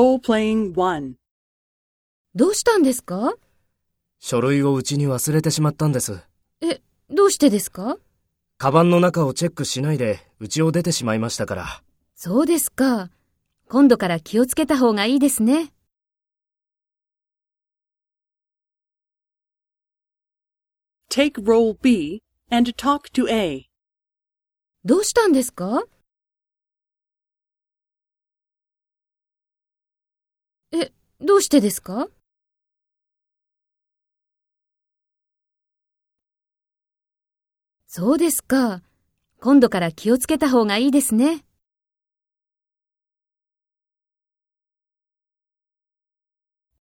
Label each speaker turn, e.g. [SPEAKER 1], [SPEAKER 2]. [SPEAKER 1] Role-playing 1.
[SPEAKER 2] どうしたんですか
[SPEAKER 3] 書類をうちに忘れてしまったんです。
[SPEAKER 2] どうしてですか
[SPEAKER 3] カバンの中をチェックしないで、うちを出てしまいましたから。
[SPEAKER 2] そうですか。今度から気をつけた方がいいですね。
[SPEAKER 1] Take role B and talk to A.
[SPEAKER 2] どうしたんですかえ、どうしてですかそうですか。今度から気をつけた方がいいですね。